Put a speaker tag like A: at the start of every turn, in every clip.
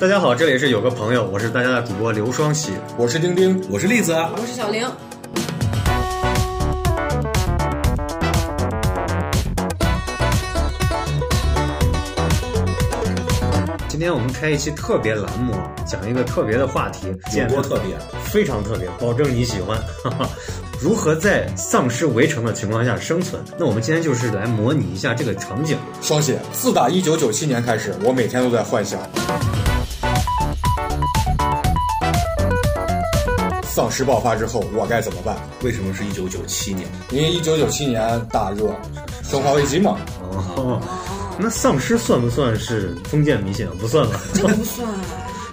A: 大家好，这里是有个朋友，我是大家的主播刘双喜。
B: 我是丁啊丁，
C: 我是栗子，
D: 我是小玲，
A: 今天我们开一期特别栏目，啊，讲一个特别的话题，
B: 有多特别？啊
A: 非常特别，保证你喜欢。 哈哈，如何在丧尸围城的情况下生存？那我们今天就是来模拟一下这个场景。
B: 双喜，自打一九九七年开始，我每天都在幻想丧尸爆发之后我该怎么办，
C: 为什么是一九九七年？
B: 因为一九九七年大热，生化危机嘛。
A: 哦，那丧尸算不算是封建迷信啊？不算吧。
D: 不算啊，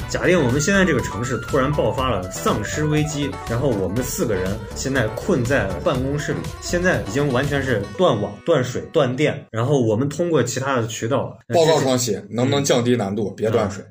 A: 假定我们现在这个城市突然爆发了丧尸危机，然后我们四个人现在困在办公室里，现在已经完全是断网、断水、断电，然后我们通过其他的渠道
B: 报告双喜，能不能降低难度，别断水？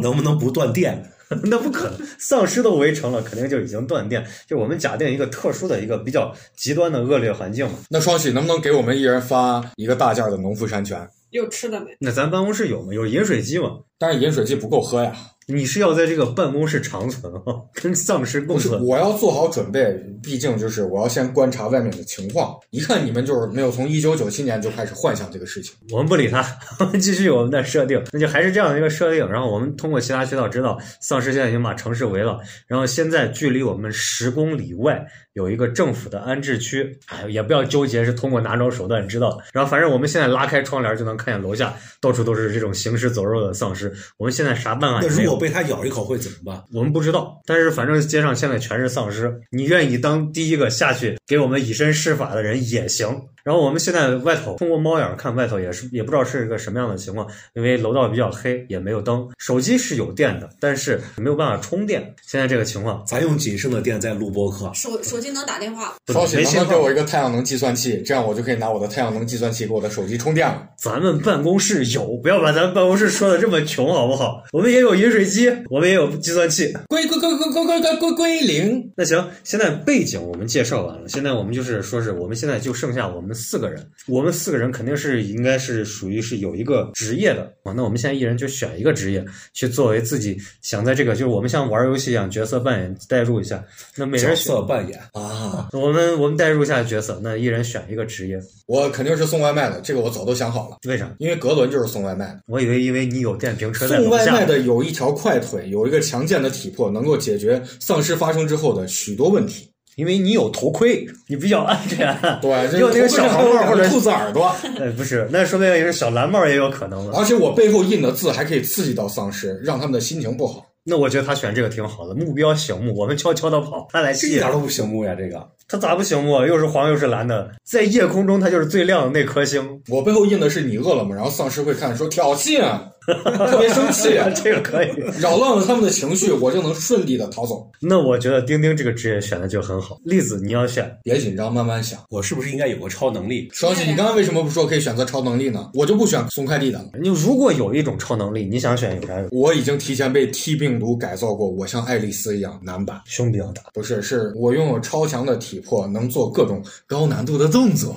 C: 能不能不断电？
A: 那不可能，丧尸都围城了，肯定就已经断电。就我们假定一个特殊的一个比较极端的恶劣环境嘛。
B: 那双喜能不能给我们一人发一个大件儿的农夫山泉？
D: 又吃的没？
A: 那咱办公室有吗？有饮水机吗？
B: 但是饮水机不够喝呀，
A: 你是要在这个办公室长存啊， 跟丧尸共
B: 不是，
A: 存。
B: 我要做好准备，毕竟就是我要先观察外面的情况。一看你们就是没有从一九九七年就开始幻想这个事情。
A: 我们不理他， 我们继续我们的设定，那就还是这样的一个设定。然后我们通过其他渠道知道，丧尸现在已经把城市围了。然后现在距离我们十公里外有一个政府的安置区，哎，也不要纠结是通过哪种手段知道的。然后反正我们现在拉开窗帘就能看见楼下到处都是这种行尸走肉的丧尸。我们现在啥办法
C: 那
A: 也没
C: 如
A: 有
C: 果。被它咬一口会怎么办？
A: 我们不知道，但是反正街上现在全是丧尸，你愿意当第一个下去给我们以身试法的人也行。然后我们现在外头通过猫眼看外头也是也不知道是一个什么样的情况，因为楼道比较黑，也没有灯，手机是有电的，但是没有办法充电。现在这个情况，
C: 咱用仅剩的电在录播课，
D: 手手机能打电话，
A: 不
B: 双喜
A: 没
B: 能不
A: 信
B: 能给
A: 号
B: 我。一个太阳能计算器？这样我就可以拿我的太阳能计算器给我的手机充电了。
A: 咱们办公室有，不要把咱们办公室说的这么穷好不好？我们也有饮水机，我们也有计算器，
B: 归归归归归归归归归零。
A: 那行，现在背景我们介绍完了，现在我们就是说是我们现在就剩下我们四个人，我们四个人肯定是应该是属于是有一个职业的啊。那我们现在一人就选一个职业去作为自己想在这个就是我们像玩游戏一样角色扮演代入一下，那每
C: 角
A: 人选
C: 色扮演。
B: 啊！
A: 我们我们代入一下角色，那一人选一个职业，
B: 我肯定是送外卖的，这个我早都想好了，
A: 为啥？
B: 因为格伦就是送外卖的。
A: 我以为因为你有电瓶车在
B: 送
A: 楼
B: 外
A: 下
B: 卖，的有一条快腿，有一个强健的体魄，能够解决丧尸发生之后的许多问题。
A: 因为你有头盔，你比较安全。
B: 对，
A: 有那个
B: 就是
A: 小
B: 头
A: 黄帽
B: 盔上
A: 或
B: 有
A: 者
B: 个兔子耳朵，
A: 哎，不是，那说不定也是小蓝帽也有可能了。
B: 而且我背后印的字还可以刺激到丧尸，让他们的心情不好。
A: 那我觉得他选这个挺好的，目标醒目，我们悄悄的跑，他来
C: 这
A: 吸
C: 一
A: 引
C: 点。都不醒目呀！这个
A: 他咋不醒目？啊又是黄又是蓝的，在夜空中他就是最亮的那颗星。
B: 我背后印的是你饿了么，然后丧尸会看说挑衅，啊特别生气，
A: 这个可以。
B: 扰乱了他们的情绪，我就能顺利的逃走。
A: 那我觉得丁丁这个职业选的就很好。栗子，你要选，
B: 别紧张，慢慢想。
C: 我是不是应该有个超能 力？
B: 双喜，你刚刚为什么不说可以选择超能力呢？我就不选送快递的了。
A: 你如果有一种超能力，你想选有啥有？
B: 我已经提前被 T 病毒改造过，我像爱丽丝一样男版，
A: 胸比较大，
B: 不是，是我拥有超强的体魄，能做各种高难度的动作。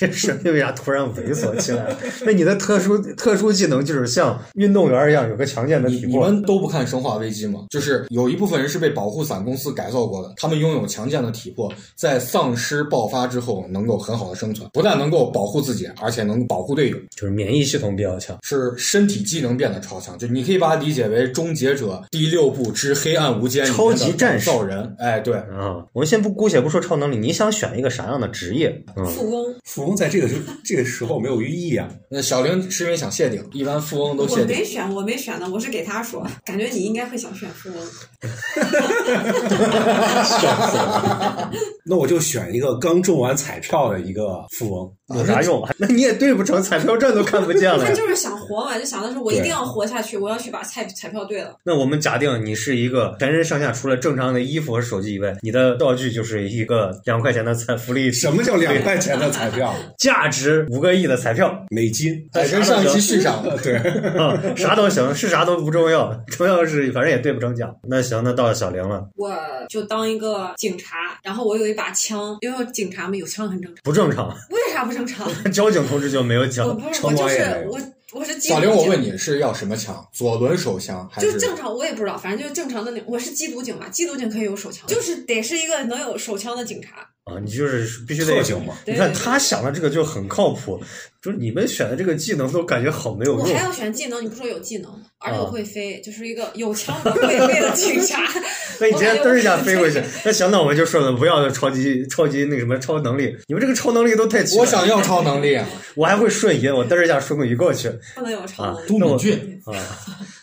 A: 这是为啥突然猥琐起来了？那你的特殊特殊技能就是像运动员一样有个强健的
B: 你
A: 体
B: 你
A: 魄。
B: 们都不看《生化危机》吗？就是有一部分人是被保护伞公司改造过的，他们拥有强健的体魄，在丧尸爆发之后能够很好的生存，不但能够保护自己，而且能保护队友，
A: 就是免疫系统比较强，
B: 是身体机能变得超强。就你可以把它理解为《终结者》第六部之《黑暗无间》里面
A: 超
B: 的
A: 级战士
B: 改造人。哎，对，
A: 啊！我们先不姑且不说超能力，你想选一个啥样的职业？嗯，
D: 富翁，
C: 富翁在这个时这个时候没有寓意啊！
B: 那小玲是因为想谢顶，一般富翁都
D: 我
B: 谢顶。
D: 没选，我没选的，我是给他说，感觉你应该会想选富翁，
C: 那我就选一个刚中完彩票的一个富翁。
A: 有啥用？啊那你也对不成，彩票站都看不见了
D: 他
A: 呀。
D: 就是想活嘛，就想的是我一定要活下去，我要去把彩彩票兑了，
A: 那我们假定你是一个全身上下除了正常的衣服和手机以外，你的道具就是一个两块钱的彩福利，
C: 什么叫两块钱的 彩票？
A: 价值五个亿的彩票，
C: 美金？
B: 哎，跟上一期续上了。
C: 对，
A: 啊，啥都行，是啥都不重要，重要是反正也对不成奖。那行，那到了小玲了，
D: 我就当一个警察，然后我有一把枪，因为警察嘛有枪很正常，
A: 不正常，
D: 为啥不正常？
A: 交警同志就没有
D: 我
A: 奖。
D: 不是，
C: 成
D: 我
C: 王
D: 就
C: 也
D: 是
C: 没有
D: 我我是缉毒
B: 小玲，我
D: 警
B: 问你是要什么枪？左轮手枪还
D: 就是是正常，我也不知道，反正就是正常的那，我是缉毒警嘛，缉毒警可以有手枪，就是得是一个能有手枪的警察。
A: 啊，你就是必须得
C: 特警嘛，
D: 对
A: 你看
D: 对对
A: 他想的这个就很靠谱，就是你们选的这个技能都感觉好没有
D: 我
A: 用
D: 还要选技能，你不说有技能吗，而且
A: 啊
D: 我会飞，就是一个有枪我会飞的 警察。
A: 那你直接
D: 我感觉
A: 嘚儿一下
D: 我
A: 飞过去。那小脑我就说了，不要超级超级那个什么超能力，你们这个超能力都太奇怪
B: 我
A: 了。
B: 想要超能力啊！
A: 我还会瞬移，我嘚儿一下瞬过移过去
D: 不能有超能力。
B: 都敏俊，
A: 啊。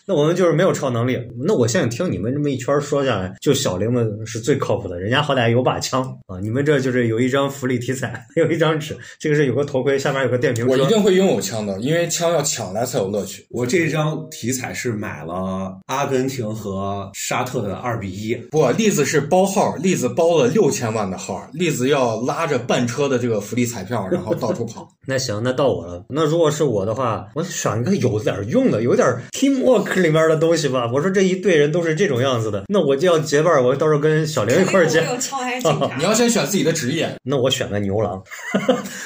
A: 那我们就是没有超能力。那我现在听你们这么一圈儿说下来，就小玲们是最靠谱的，人家好歹有把枪啊，你们这就是有一张福利题材， 有一张纸，这个是有个头盔，下面有个电瓶车。
B: 我一定会拥有枪的，因为枪要抢来才有乐趣。
C: 我这张题材是买了阿根廷和沙特的二比一，
B: 不，栗子是包号，栗子包了六千万的号，栗子要拉着半车的这个福利彩票，然后到处 跑。
A: 那行，那到我了。那如果是我的话，我选一个有点用的，有点 teamwork 里面的东西吧。我说这一队人都是这种样子的，那我就要结伴儿，我到时候跟小玲一块儿结啊
D: 肯定。我有枪还是警察
B: 你？要先选自己的职业，
A: 那我选个牛郎，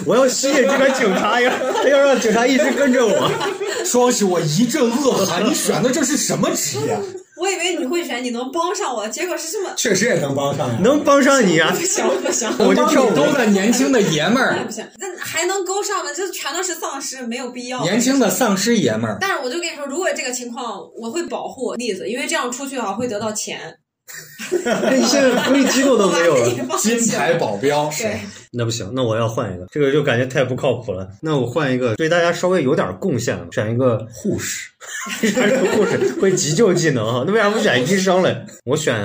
A: 我要吸引这个警察呀， 要让警察一直跟着我。
B: 双喜，我一阵恶寒，你选的这是什么职业？
D: 我以为你会选你能帮上我，结果是这么
C: 确实也能帮上呀。
A: 能帮上你啊
D: 不！行不行，
A: 我就跳舞
B: 帮你兜的年轻的爷们
D: 那
B: 儿
D: 不，行，那还能勾上吗？这全都是丧尸，没有必要。
B: 年轻的丧尸爷们儿。
D: 但是我就跟你说，如果这个情况，我会保护栗子，因为这样出去啊会得到钱。
A: 你 现在福利机构都没有
D: 我把
A: 了
D: 栗。子放 弃
B: 金
D: 了
B: 牌保镖，
D: 对，
A: 那不行，那我要换一个，这个就感觉太不靠谱了。那我换一个对大家稍微有点贡献的，选一个护士，还是护士会急救技能哈？那为啥不选医生嘞？我选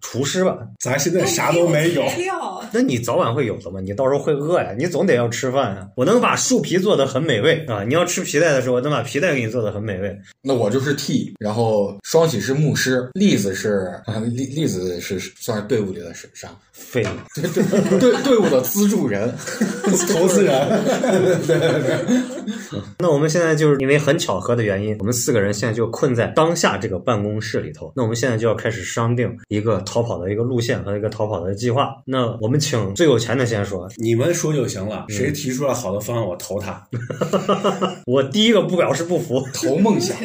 A: 厨师吧。
C: 咱现在啥都没有，
D: 材料
A: 那你早晚会有的嘛，你到时候会饿呀，你总得要吃饭呀。我能把树皮做的很美味啊，你要吃皮带的时候，我能把皮带给你做的很美味。
B: 那我就是 T，然后双喜是牧师，栗子是啊栗栗子是算是队伍里的是啥？
A: 废物，
B: 对对队队伍的资助人，
C: 投资人。
A: 那我们现在就是因为很巧合的原因，我们四个人现在就困在当下这个办公室里头。那我们现在就要开始商定一个逃跑的一个路线和一个逃跑的计划。那我们请最有钱的先说，
C: 你们说就行了，谁提出了好的方案，我投他。
A: 我第一个不表示不服。
B: 投梦想。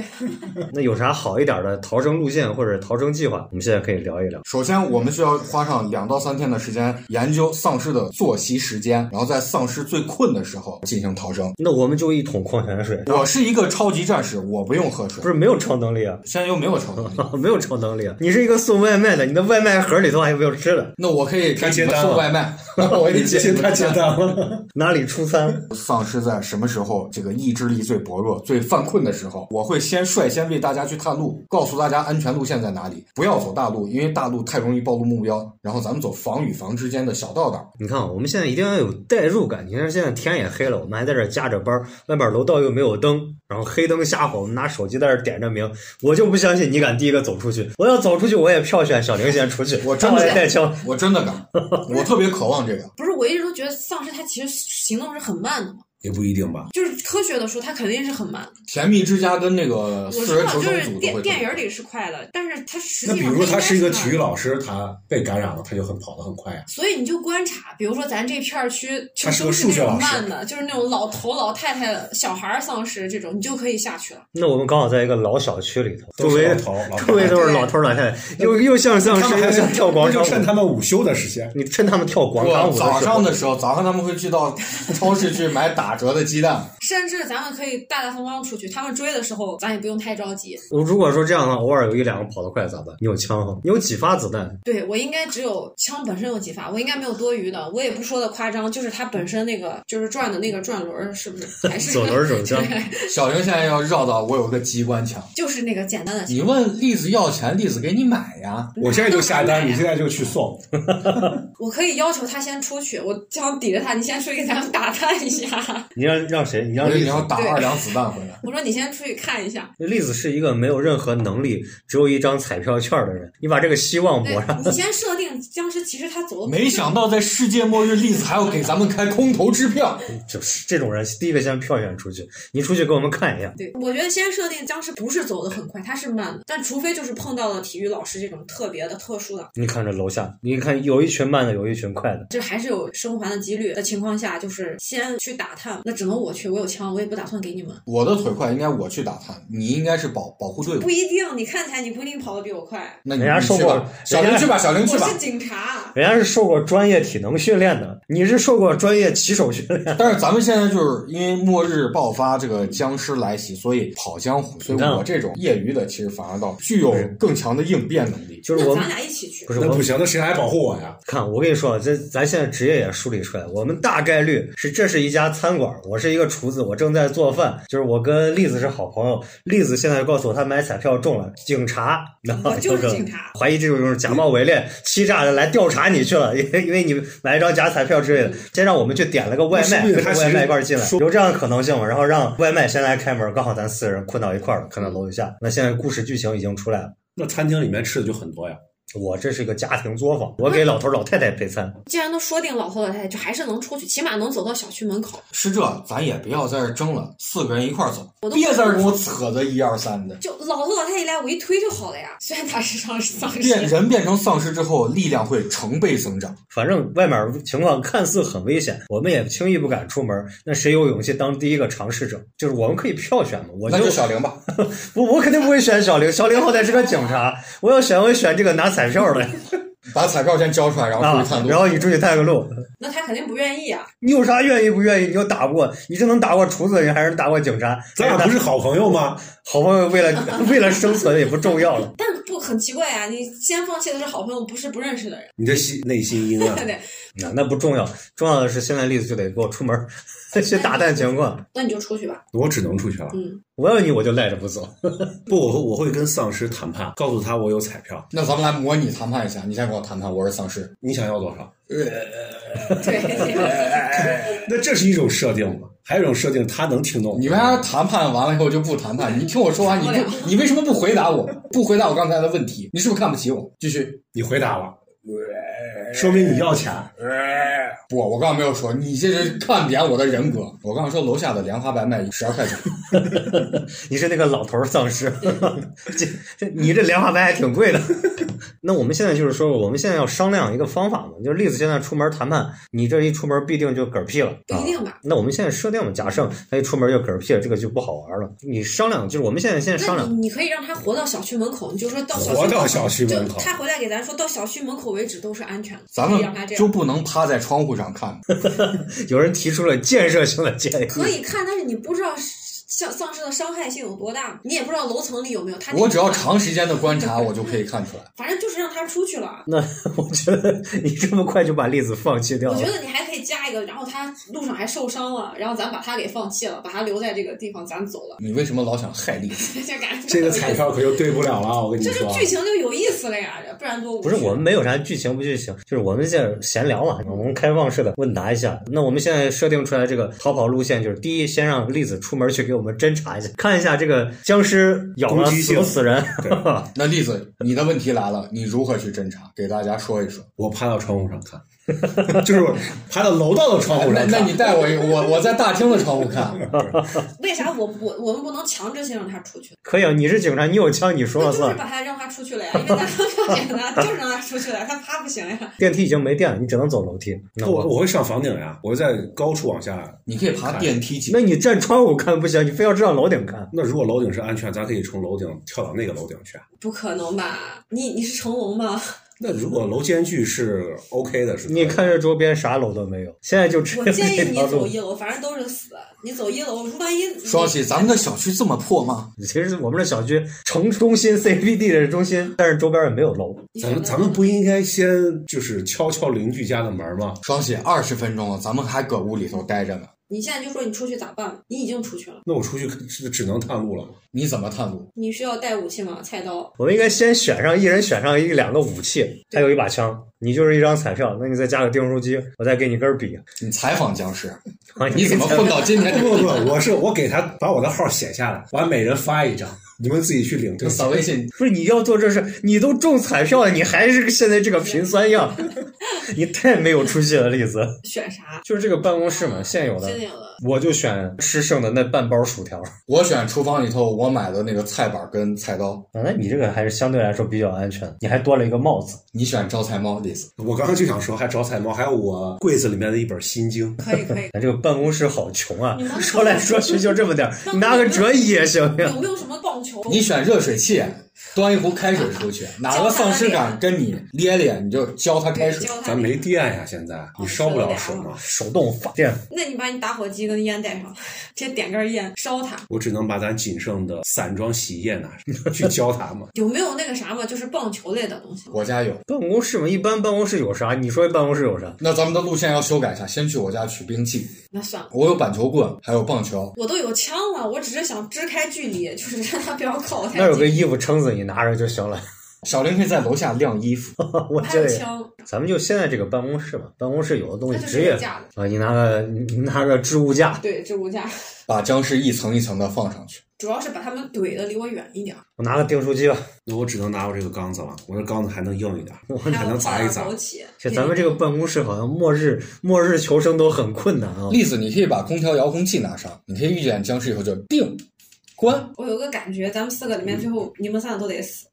A: 那有啥好一点的逃生路线或者逃生计划？我们现在可以聊一聊。
B: 首先，我们需要花上两到三天的时间研究丧尸的作息时间，然后在丧尸最困的时候进行逃生。
A: 那我们就一桶矿泉水，
B: 我是一个超级战士，我不用喝
A: 不
B: 水，
A: 是没有超能力啊。
B: 现在又没有超能力。
A: 没有超能力啊！你是一个送外卖的，你的外卖盒里头还有没有吃的？
B: 那我可以给
C: 他
B: 你
C: 接
B: 们
C: 单
B: 送
C: 了
B: 外卖， 我 给你接
C: 他接单了。
A: 哪里出餐？
B: 丧尸在什么时候这个意志力最薄弱、最犯困的时候，我会先率先为大家去探路，告诉大家安全路线在哪里，不要走大路，因为大路太容易暴露目标。然后咱们走房与房之间的小道道。
A: 你看啊，我们现在一定要有代入感。你看，现在天也黑了，我们还在这儿加着班儿，外面楼道又没有灯，然后黑灯瞎火，我们拿手机在这儿点着明。我就不相信你敢第一个走出去。我要走出去，我也票选小玲先出去。
B: 我真的
A: 也带枪。
B: 我真的敢，我特别渴望这个。
D: 不是，我一直都觉得丧尸它其实行动是很慢的嘛，
C: 也不一定吧。
D: 就是科学的说它肯定是很慢
C: 啊
D: 的。
B: 甜蜜之家跟那个
D: 我
B: 四
D: 知
B: 人
D: 道，
B: 求
D: 就
B: 生
D: 是
B: 组都
D: 电
B: 会
D: 电影里是快的，但是它实
C: 那
D: 际
C: 比
D: 上
C: 如他是一个
D: 应该
C: 体
D: 慢
C: 育
D: 的。
C: 老师，他被感染了，他就很跑得很快呀。啊
D: 所以你就观察，比如说咱这片儿区就
C: 他是
D: 都
C: 个
D: 是那
C: 数学
D: 种
C: 老师
D: 慢的，就是那种老头、老太太、小孩儿丧尸这种，你就可以下去了。
A: 那我们刚好在一个老小区里头，周
C: 都是
A: 围
C: 老头老太太
A: 周围都是老头老太太，又又像丧尸，又像跳广
C: 那
A: 场
C: 就趁
A: 舞。
C: 他们午休的时间，
A: 你趁他们跳广场舞的时
B: 我早
A: 候，
B: 上的时候，早上他们会去到超市去买打折的鸡蛋。
D: 甚至咱们可以大大方方出去，他们追的时候，咱也不用太着急。
A: 我如果说这样的话，偶尔有一两个跑得快咋办？你有枪哈，你有几发子弹？
D: 对我应该只有枪本身有几发，我应该没有多余的，我也不说的夸张，就是它本身那个就是转的那个转轮儿是不是还是
A: 左轮手枪
D: 对
B: 小玲现在要绕到我有个机关枪，
D: 就是那个简单的枪。
B: 你问栗子要钱，栗子给你买呀。
D: 嗯
C: 我现在就下单，你现在就去送。
D: 我可以要求他先出去，我这样抵着他，你先出去给咱们打探一下。
A: 你让让谁？你让
B: 而且
A: 栗
B: 你
A: 子
B: 要打
D: 对
B: 二两子弹回来。
D: 我说你先出去看一下，
A: 栗子是一个没有任何能力，只有一张彩票券的人。你把这个希望
D: 对
A: 抹上，
D: 你先设定僵尸其实他走的
B: 没想到在世界末日，栗子还要给咱们开空头支票。
A: 就是这种人，第一个先票选出去，你出去给我们看一下。
D: 对，我觉得先设定僵尸不是走的很快，他是慢的，但除非就是碰到了体育老师这种特别的、特殊的，
A: 你看这楼下，你看有一群慢的，有一群快的，
D: 就还是有生还的几率的情况下，就是先去打探。那只能我去，我有枪，我也不打算给你们。
B: 我的腿快，应该我去打探，你应该是保保护队伍
D: 不。一定，你看起来你不一定跑得比我快，
B: 那你
A: 人家
B: 你
A: 受
B: 去
A: 过
B: 吧小玲
A: 人家
B: 去吧，小玲
D: 我
B: 去吧。
D: 是警察。
A: 人家是受过专业体能训练的，你是受过专业骑手训练。
B: 但是咱们现在就是因为末日爆发这个僵尸来袭，所以跑江湖，所以
A: 你看
B: 我这种业余的其实反而倒具有更强的应变能力。
A: 就是
D: 那
A: 我们
D: 咱俩一起去
A: 不。是
C: 那
A: 我
C: 不
A: 们
C: 行，那谁来保护我呀？
A: 看，我跟你说，这咱现在职业也梳理出来，我们大概率是这是一家餐馆，我是一个厨子，我正在做饭，就是我跟栗子是好朋友，栗子现在告诉我他买彩票中了，警察，然后
D: 我就是
A: 个
D: 警察
A: 怀疑这种假冒伪劣、欺诈的来调查你去了，因为因为你买一张假彩票之类的，先让我们去点了个外卖，
C: 嗯那
A: 跟
C: 是不是他
A: 着
C: 其实
A: 外卖一块儿进来，
C: 说
A: 有这样的可能性吗？然后让外卖先来开门，刚好咱四个人困到一块儿了，困到楼底下，那现在故事剧情已经出来了。
C: 那餐厅里面吃的就很多呀。
A: 我这是一个家庭作坊，我给老头老太太配餐。
D: 既然都说定老头老太太，就还是能出去，起码能走到小区门口。
B: 是这，咱也不要在这儿争了，四个人一块儿走
D: 我，都
B: 别在这儿跟我扯着一二三的。
D: 就老头老太太一来，我一推就好了呀。 虽然他是丧尸，丧
B: 变
D: 尸，
B: 人变成丧尸之后，力量会成倍增长。
A: 反正外面情况看似很危险，我们也轻易不敢出门。那谁有勇气当第一个尝试者？就是我们可以票选嘛。我
B: 那
A: 就
B: 就小玲吧，
A: 我我肯定不会选小玲，小玲好歹是个警察，我要选我会选这个拿彩票的
B: 把彩票先交出来，然后
A: 啊
B: 出去探。路。
A: 然后你出去探个路，
D: 那他肯定不愿意啊。
A: 你有啥愿意不愿意？你就打不过，你是能打过厨子，你还是能打过警察？
C: 咱俩不是好朋友吗？
A: 好朋友，为了 为了生存也不重要了。
D: 但不很奇怪啊，你先放弃的是好朋友，不是不认识的人，
C: 你这心内心阴啊
D: 对不
C: 暗，
D: 对？
A: 那那不重要，重要的是现在栗子就得给我出门 去打探情况。
D: 那你就出去吧。
C: 我只能出去了。
D: 嗯，
A: 我要你，我就赖着不走。
C: 不，我会我会跟丧尸谈判，告诉他我有彩票，
B: 那咱们来模拟谈判一下，你先跟我谈判，我是丧尸。
C: 你想要多少？
D: 对。
B: 哎
C: 那这是一种设定吗？还有一种设定，他能听懂吗
B: 你为啥谈判完了以后就不谈判？你听我说完，你
D: 谈不
B: 不，你为什么不回答我？不回答我刚才的问题，你是不是看不起我？继续。
C: 你回答了，说明你要钱。
B: 不，我刚刚没有说，你这是看扁我的人格。我刚刚说楼下的莲花白卖十二块钱，
A: 你是那个老头儿丧尸，这这你这莲花白还挺贵的。 那我们现在就是说，我们现在要商量一个方法嘛，就是栗子现在出门谈判，你这一出门必定就嗝屁了，
D: 不一定吧
A: 啊那我们现在设定嘛，假设他一出门就嗝屁了，这个就不好玩了。你商量，就是我们现在现哎在商
D: 那
A: 量
D: 你，你可以让他活到小区门口，你就说到小
C: 活到小区门口
D: 就他回来给咱说到小区门口为止都是安全的，
B: 咱
D: 可
B: 们
D: 以让哎他这
B: 就
D: 样。
B: 不能趴在窗户上看吗。
A: 有人提出了建设性的建议，
D: 可以看，但是你不知道丧丧尸的伤害性有多大，你也不知道楼层里有没有他。
B: 我只要，长时间的观察，我就可以看出来。
D: 反正就是让他出去了。
A: 那我觉得你这么快就把栗子放弃掉
D: 我觉
A: 了。
D: 得你还可以加一个，然后他路上还受伤了，然后咱把他给放弃了，把他留在这个地方，咱走了，
B: 你 为什么老想害栗子？
D: 就感觉
C: 这个彩票可就对不了了，我跟你
D: 这个
C: 说。
D: 剧情就有意思了呀，不然多无
A: 啊不是
D: 趣
A: 我们没有啥剧情不剧情，就是我们现在闲聊嘛，我们开放式的问答一下。那我们现在设定出来这个逃跑路线，就是第一，先让栗子出门去给我们侦查一下，看一下这个僵尸咬了
C: 攻击
A: 死
C: 性
A: 不死人。
C: 对
B: 那栗子，你的问题来了，你如何去侦查？给大家说一说。
C: 我趴到窗户上看，就是趴到楼道的窗户
B: 那
C: 上
B: 那
C: 哎看。
B: 你带我一，我我在大厅的窗户看。
D: 为啥我我我们不能强制性让他出去？
A: 可以啊，你是警察，你有枪，你说
D: 那
A: 了
D: 就是
A: 算。
D: 把他让他出去了呀，因为咱刚刚讲的，就是让他出去了，他趴不行呀。
A: 电梯已经没电了，你只能走楼梯。那
C: 我我会上房顶呀，我会在高处往下。
B: 你可以爬电梯进。
A: 那你站窗户看不行，你非要站楼顶看。
C: 那如果楼顶是安全，咱可以从楼顶跳到那个楼顶去。啊
D: 不可能吧？你你是成龙吗？
C: 那如果楼间距是 OK 的，是吧
A: 你看这周边啥楼都没有，现在就只有
D: 我建议
A: 这
D: 你
A: 条
D: 走
A: 路。
D: 一楼，反正都是死。你走一楼，万一你
B: 双喜，咱们的小区这么破吗？
A: 其实我们这小区城中心 CBD 的中心，但是周边也没有楼。
D: 你
C: 咱们咱们不应该先就是敲敲邻居家的门吗？
B: 双喜，二十分钟了，咱们还搁屋里头待着呢，
D: 你现在就说你出去咋办？你已经出去了，
C: 那我出去只只能探路了。
B: 你怎么探路？
D: 你需要带武器吗？菜刀。
A: 我们应该先选上一人选上一两个武器，还有一把枪。你就是一张彩票，那你再加个订书机，我再给你根笔。
B: 你采访僵尸，
A: 啊，
B: 你怎么混到今天
C: 不
B: 这
C: 不
B: 个？
C: 不，我是我给他把我的号写下来，完每人发一张。你们自己去领 这个
B: 扫
C: 钱。
B: 微信，
A: 不是你要做这事，你都中彩票了，你还是现在这个贫酸样， 你太没有出息了，栗子。
D: 选啥？
A: 就是这个办公室嘛，现有的
D: 现在有了。
A: 我就选吃剩的那半包薯条。
B: 我选厨房里头我买的那个菜板跟菜刀，
A: 啊，那你这个还是相对来说比较安全，你还多了一个帽子。，
B: 你选招财猫李子。
C: 我刚刚就想说，还招财猫，还有我柜子里面的一本《心经》。
D: 可以可以
A: 那这个办公室好穷啊
D: 你能，
A: 说来说去就这么点儿，你拿个折椅也行呀。
D: 有没有什么棒球？
B: 你选热水器，端一壶开水出去，哪个丧尸敢跟你咧咧，你就浇他开水。
D: 教他
C: 咱没电呀，现在你烧不了手
D: 是的
C: 吗？
A: 手动发电，
D: 那你把你打火机跟烟带上，直接点根烟烧它。
C: 我只能把咱仅剩的散装洗衣液拿上 去浇它嘛。
D: 有没有那个啥嘛，就是棒球类的东西？
B: 我家有，
A: 办公室嘛，一般办公室有啥？你说办公室有啥？
B: 那咱们的路线要修改一下，先去我家取兵器。
D: 那算了。
B: 我有板球棍，还有棒球。
D: 我都有枪了，我只是想支开距离，就是让他不要靠我太近。
A: 那有个衣服撑死你拿着就行了。
B: 小林可以在楼下晾衣服。
A: 我
D: 还
A: 这
D: 有
A: 也，
D: 枪，
A: 咱们就现在这个办公室嘛，办公室有的东
D: 那
A: 西
D: 就
A: 职
D: 是
A: 业
D: 有架的。
A: 啊，你拿个你拿个置物架，
D: 对，这无架，
B: 把僵尸一层一层的放上去。
D: 主要是把他们怼的离我远一点儿，
A: 我拿个订书机吧。
C: 那我只能拿我这个缸子了，我这缸子还能硬一点，我
D: 还
C: 还
D: 有
C: 能砸一
D: 换
C: 砸
D: 枸。杞。
A: 这咱们这个办公室好像末日末日求生都很困难 啊。
B: 栗子，你可以把空调遥控器拿上，你可以遇见僵尸以后就定关。
D: 我有个感觉，咱们四个里面最后你们三个都得死。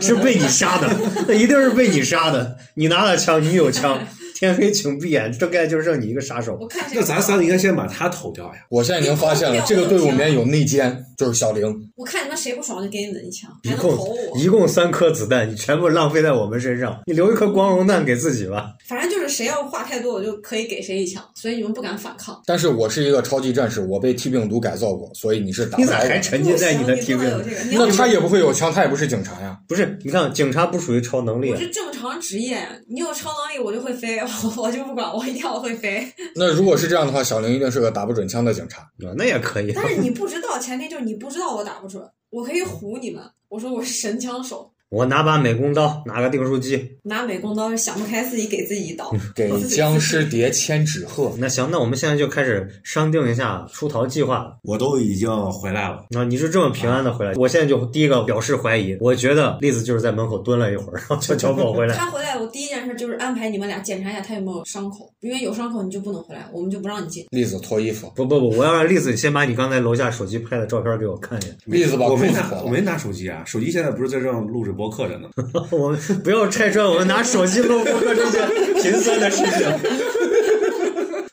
A: 是被你杀的，那一定是被你杀的。你拿了枪，你有枪， 天黑请闭眼，大概就剩你一个杀手。
D: 我看谁
C: 那咱三个应该先把它投掉呀。
B: 我现在已经发现 了，这个队伍里面有内奸，就是小玲。
D: 我看你们谁不爽就给你们一枪，
A: 一
D: 还能
A: 共
D: 投我。
A: 一共三颗子弹，你全部浪费在我们身上，你留一颗光荣弹给自己吧。
D: 反正就是谁要话太多，我就可以给谁一枪，所以你们不敢反抗。
B: 但是我是一个超级战士，我被 T 病毒改造过，所以你是打
A: 你
B: 不
A: 咋
B: 来
A: 还
B: 我。
A: 沉浸在你的
D: 不
A: 体
D: 行你不
A: 病
D: 能？有这个。你要
B: 那他也不会有枪，他也不是警察呀。
A: 不是，你看警察不属于超能力啊
D: 我，是正常职业，你有超能力我就会飞， 我就不管，我一定要会飞。
B: 那如果是这样的话，小玲一定是个打不准枪的警 察。
A: 啊那也可以。
D: 但是你不知道，前提就是你不知道我打不准，我可以唬你们，我说我是神枪手，
A: 我拿把美工刀，拿个订书机。
D: 拿美工刀想不开自己给自 己一刀。
B: 给僵尸叠千纸鹤，
A: 那行，那我们现在就开始商定一下出逃计划了。
C: 我都已经回来了，
A: 啊，你是这么平安的回来？我现在就第一个表示怀疑，我觉得栗子就是在门口蹲了一会儿，然后悄悄跑回来。
D: 他回来，我第一件事就是安排你们俩检查一下他有没有伤口，因为有伤口你就不能回来，我们就不让你进。
B: 栗子脱衣服，
A: 不不不，我要让栗子，你先把你刚才楼下手机拍的照片给我看一眼。
B: 栗子把
C: 我
B: 裤
C: 没
B: 子
C: 拿，
B: 脱
C: 我
B: 了。
C: 没拿手机啊，手机现在不是在这儿录着播客着呢。
A: 我们不要拆穿我们拿手机录播客这件贫酸的事情。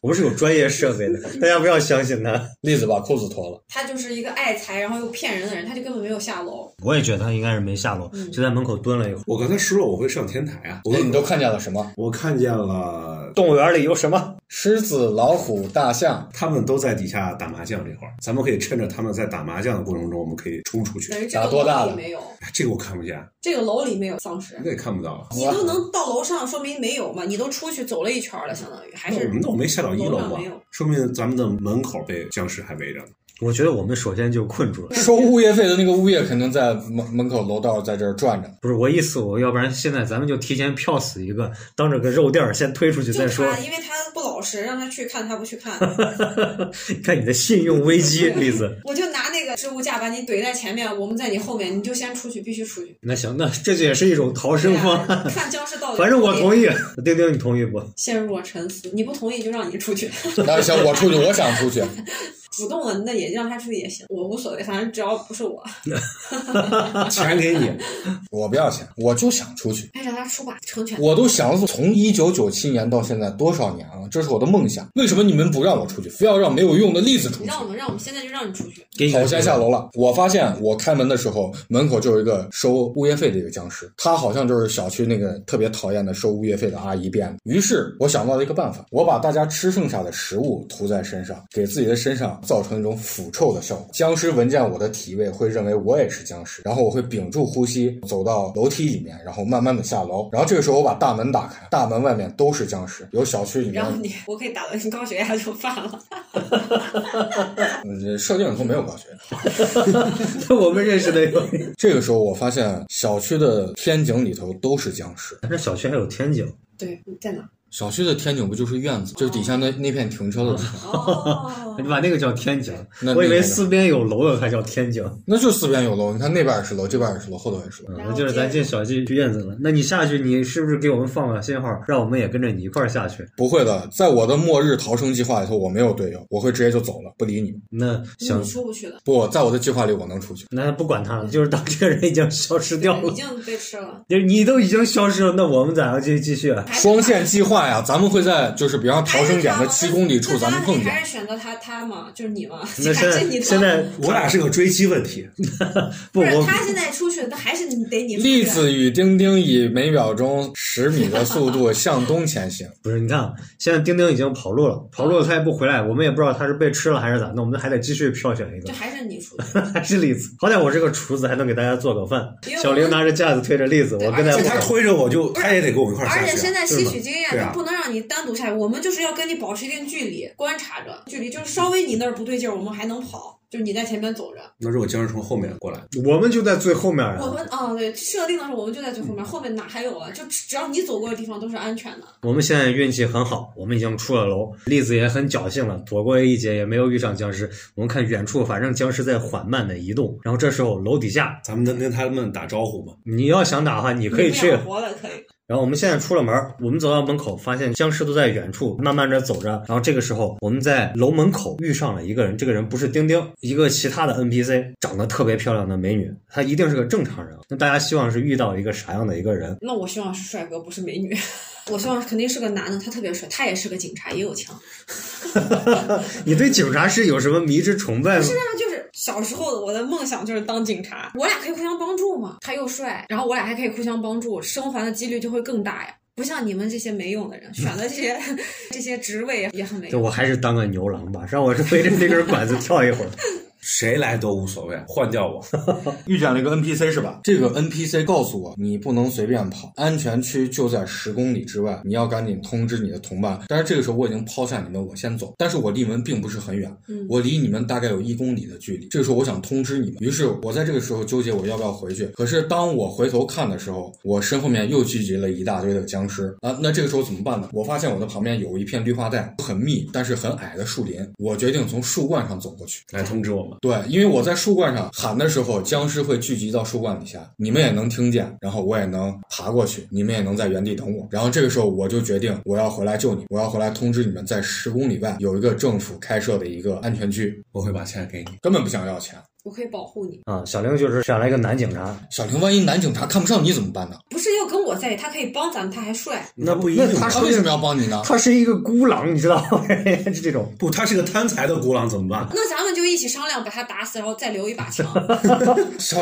A: 我们是有专业设备的，大家不要相信他。
B: 栗子把裤子脱了。
D: 他就是一个爱财然后又骗人的人，他就根本没有下楼。
A: 我也觉得他应该是没下楼，
D: 嗯
A: 就在门口蹲了一会儿。
C: 我刚才说了我会上天台啊，我
B: 哎，你都看见了什么？
C: 我看见了，
A: 动物园里有什么？
B: 狮子、老虎、大 象。
C: 他们都在底下打麻将这会儿，咱们可以趁着他们在打麻将的过程中，我们可以冲出去。
D: 等于这
B: 打
D: 个
B: 多大
D: 楼里
B: 了
D: 没有，
C: 哎这个我看不见，
D: 这个楼里没有丧尸
C: 那。也看不到了。
D: 你都能到楼上，说明没有嘛？你都出去走了一圈了，相当于还
C: 那
D: 是
C: 我们那我没下到一楼
D: 楼
C: 吧
D: 上没有？
C: 说明咱们的门口被僵尸还围着呢。
A: 我觉得我们首先就困住了。
B: 收物业费的那个物业肯定在门门口楼道在这儿转着。
A: 不是我意思，我要不然现在咱们就提前票死一个，当着个肉垫儿先推出去
D: 就
A: 再说
D: 他，。因为他不老实，让他去看他不去看，
A: 看你的信用危 机，栗子。
D: 我就拿那个置物架把你怼在前面，我们在你后面，你就先出去，必须出去。
A: 那行，那这就也是一种逃生方案。
D: 对啊看僵尸到 底。
A: 反正我同。意，丁丁，你同意不？
D: 陷入了沉思，你不同意就让你出去，
B: 那行，我出去，我想出去。
D: 主动了那也让他出去也行，我无所谓，反正只要不是我。
C: 钱给你，
B: 我不要钱，我就想出去。
D: 哎，让他出吧，成全。
B: 我都想了从一九九七年到现在多少年了，这是我的梦想。为什么你们不让我出去，非要让没有用的栗子出去？
D: 让我们让我们现在就让你出去，
A: 给你
B: 好，我先下楼了。哎我发现我开门的时候，门口就有一个收物业费的一个僵尸，他好像就是小区那个特别讨厌的收物业费的阿姨变的。于是我想到了一个办法，我把大家吃剩下的食物涂在身上，给自己的身上造成一种腐臭的效果。僵尸闻见我的体味，会认为我也是僵尸，然后我会屏住呼吸走到楼梯里面，然后慢慢的下楼。然后这个时候我把大门打开，大门外面都是僵尸，有小区里
A: 啊
B: 面
D: 然后你我可以打到你高血压就犯了。
B: 嗯设定以后没有高血压。
A: 我们认识的有。
B: 这个时候，我发现小区的天井里头都是僵尸。
A: 那小区还有天井，
D: 对，你在哪？
B: 小区的天井不就是院子，就是底下那那片停车的地 方，
D: 哦
A: 你把那个叫天井，
B: 那
A: 我以
B: 那
A: 为
B: 个
A: 四边有楼的才叫天井，
B: 那就四边有楼，你看那边也是楼，这边也是楼，后头也是楼。
A: 嗯
D: 然后
A: 那就是咱进小区院子了。那你下去，你是不是给我们放个信号，让我们也跟着你一块儿下去？
B: 不会的，在我的末日逃生计划里头，我没有队友，我会直接就走了，不理你们。
A: 那想
D: 你出不去的，
B: 不，在我的计划里，我能出去。
A: 那不管他了，就是当这个人已经消失掉
D: 已
A: 了，
D: 经被 吃了。
A: 就是你都已经消失了，那我们咋要继继续啊？
D: 还是
B: 双线计划呀，咱们会在就是比方逃生点的七公里处，
D: 那
B: 咱们碰见。
D: 还是选择他他嘛，就是你嘛。
A: 那现
D: 还是
A: 在
D: 你
A: 现在
C: 我俩是个追击问题，
A: 不
D: 不是
A: 我
D: 他现在出去，那还是你得你出去啊
B: 栗子与丁丁以每秒钟十米的速度向东前行。
A: 不是你看啊，现在丁丁已经跑路了，跑路了他也不回来，我们也不知道他是被吃了还是咋，那我们还得继续票选一
D: 就
A: 个，
D: 还是你出去。
A: 还是栗子。好歹我是个厨子，还能给大家做个饭
D: 因为。我
A: 小玲拿着架子推着栗子，
D: 对
A: 我跟在
C: 就
A: 后
C: 他
A: 头。
C: 推着我就，他也得跟我一块儿
D: 而
C: 下
D: 且
C: 去
D: 现
C: 啊。
D: 在吸取经验，
C: 是吧
D: 他不能让你单独下去，我们就是要跟你保持一定距离，观察着距离，就是稍微你那儿不对劲儿，我们还能跑，就是你在前面走着，
C: 那是我精神从后面过来，
A: 我们就在最后面啊
D: 我！们啊、对，设定的时候我们就在最后面，后面哪还有啊？就只只要你走过的地方都是安全的。
A: 我们现在运气很好，我们已经出了楼，栗子也很侥幸了，躲过一劫，也没有遇上僵尸。我们看远处，反正僵尸在缓慢的移动。然后这时候楼底下，
C: 咱们能跟他们打招呼吗？
A: 你要想打的话，你可以
D: 你不
A: 去
D: 想。活了可以。
A: 然后我们现在出了门儿，我们走到门口，发现僵尸都在远处慢慢的走着。然后这个时候，我们在楼门口遇上了一个人，这个人不是丁丁，一个其他的 NPC，长得特别漂亮的美女，她一定是个正常人。那大家希望是遇到一个啥样的一个人？
D: 那我希望是帅哥，不是美女。 我希望肯定是个男的，他特别帅，他也是个警察，也有枪。
A: 你对警察是有什么迷之崇拜吗？
D: 那就是小时候的我的梦想就是当警察，我俩可以互相帮助嘛。他又帅，然后我俩还可以互相帮助，生还的几率就会更大呀。不像你们这些没用的人，选的这 些这些职位也很没
A: 对，
D: 用。
A: 我还是当个牛郎吧，让我是围着那根管子跳一会儿。
C: 谁来都无所谓，换掉我。
B: 遇见了一个 NPC 是吧？这个 NPC 告诉我，你不能随便跑，安全区就在十公里之外，你要赶紧通知你的同伴。但是这个时候我已经抛下你们，我先走。但是我离你们并不是很远，
D: 嗯
B: 我离你们大概有一公里的距离。这个时候我想通知你们，于是我在这个时候纠结我要不要回去。可是当我回头看的时候，我身后面又聚集了一大堆的僵尸啊！那这个时候怎么办呢？我发现我的旁边有一片绿化带，很密但是很矮的树林，我决定从树冠上走过去。
C: 来通知我们，
B: 对，因为我在树冠上喊的时候，僵尸会聚集到树冠底下，你们也能听见，然后我也能爬过去，你们也能在原地等我。然后这个时候我就决定我要回来救你，我要回来通知你们，在十公里外有一个政府开设的一个安全区，
C: 我会把钱给你。
B: 根本不想要钱。
D: 我可以保护你，
A: 啊，小玲就是选了一个男警察，
B: 小婷，万一男警察看不上你怎么办呢？
D: 不是要跟我在一起，他可以帮咱们，他还帅。
A: 那
C: 不一定
A: 那他
B: 他
A: 说
B: 为什么要帮你呢？
A: 他是一个孤狼，你知道吗？ 是这种。
C: 不，他是个贪财的孤狼，怎么办？
D: 那咱们就一起商量，把他打死，然后再留一把枪。
B: 小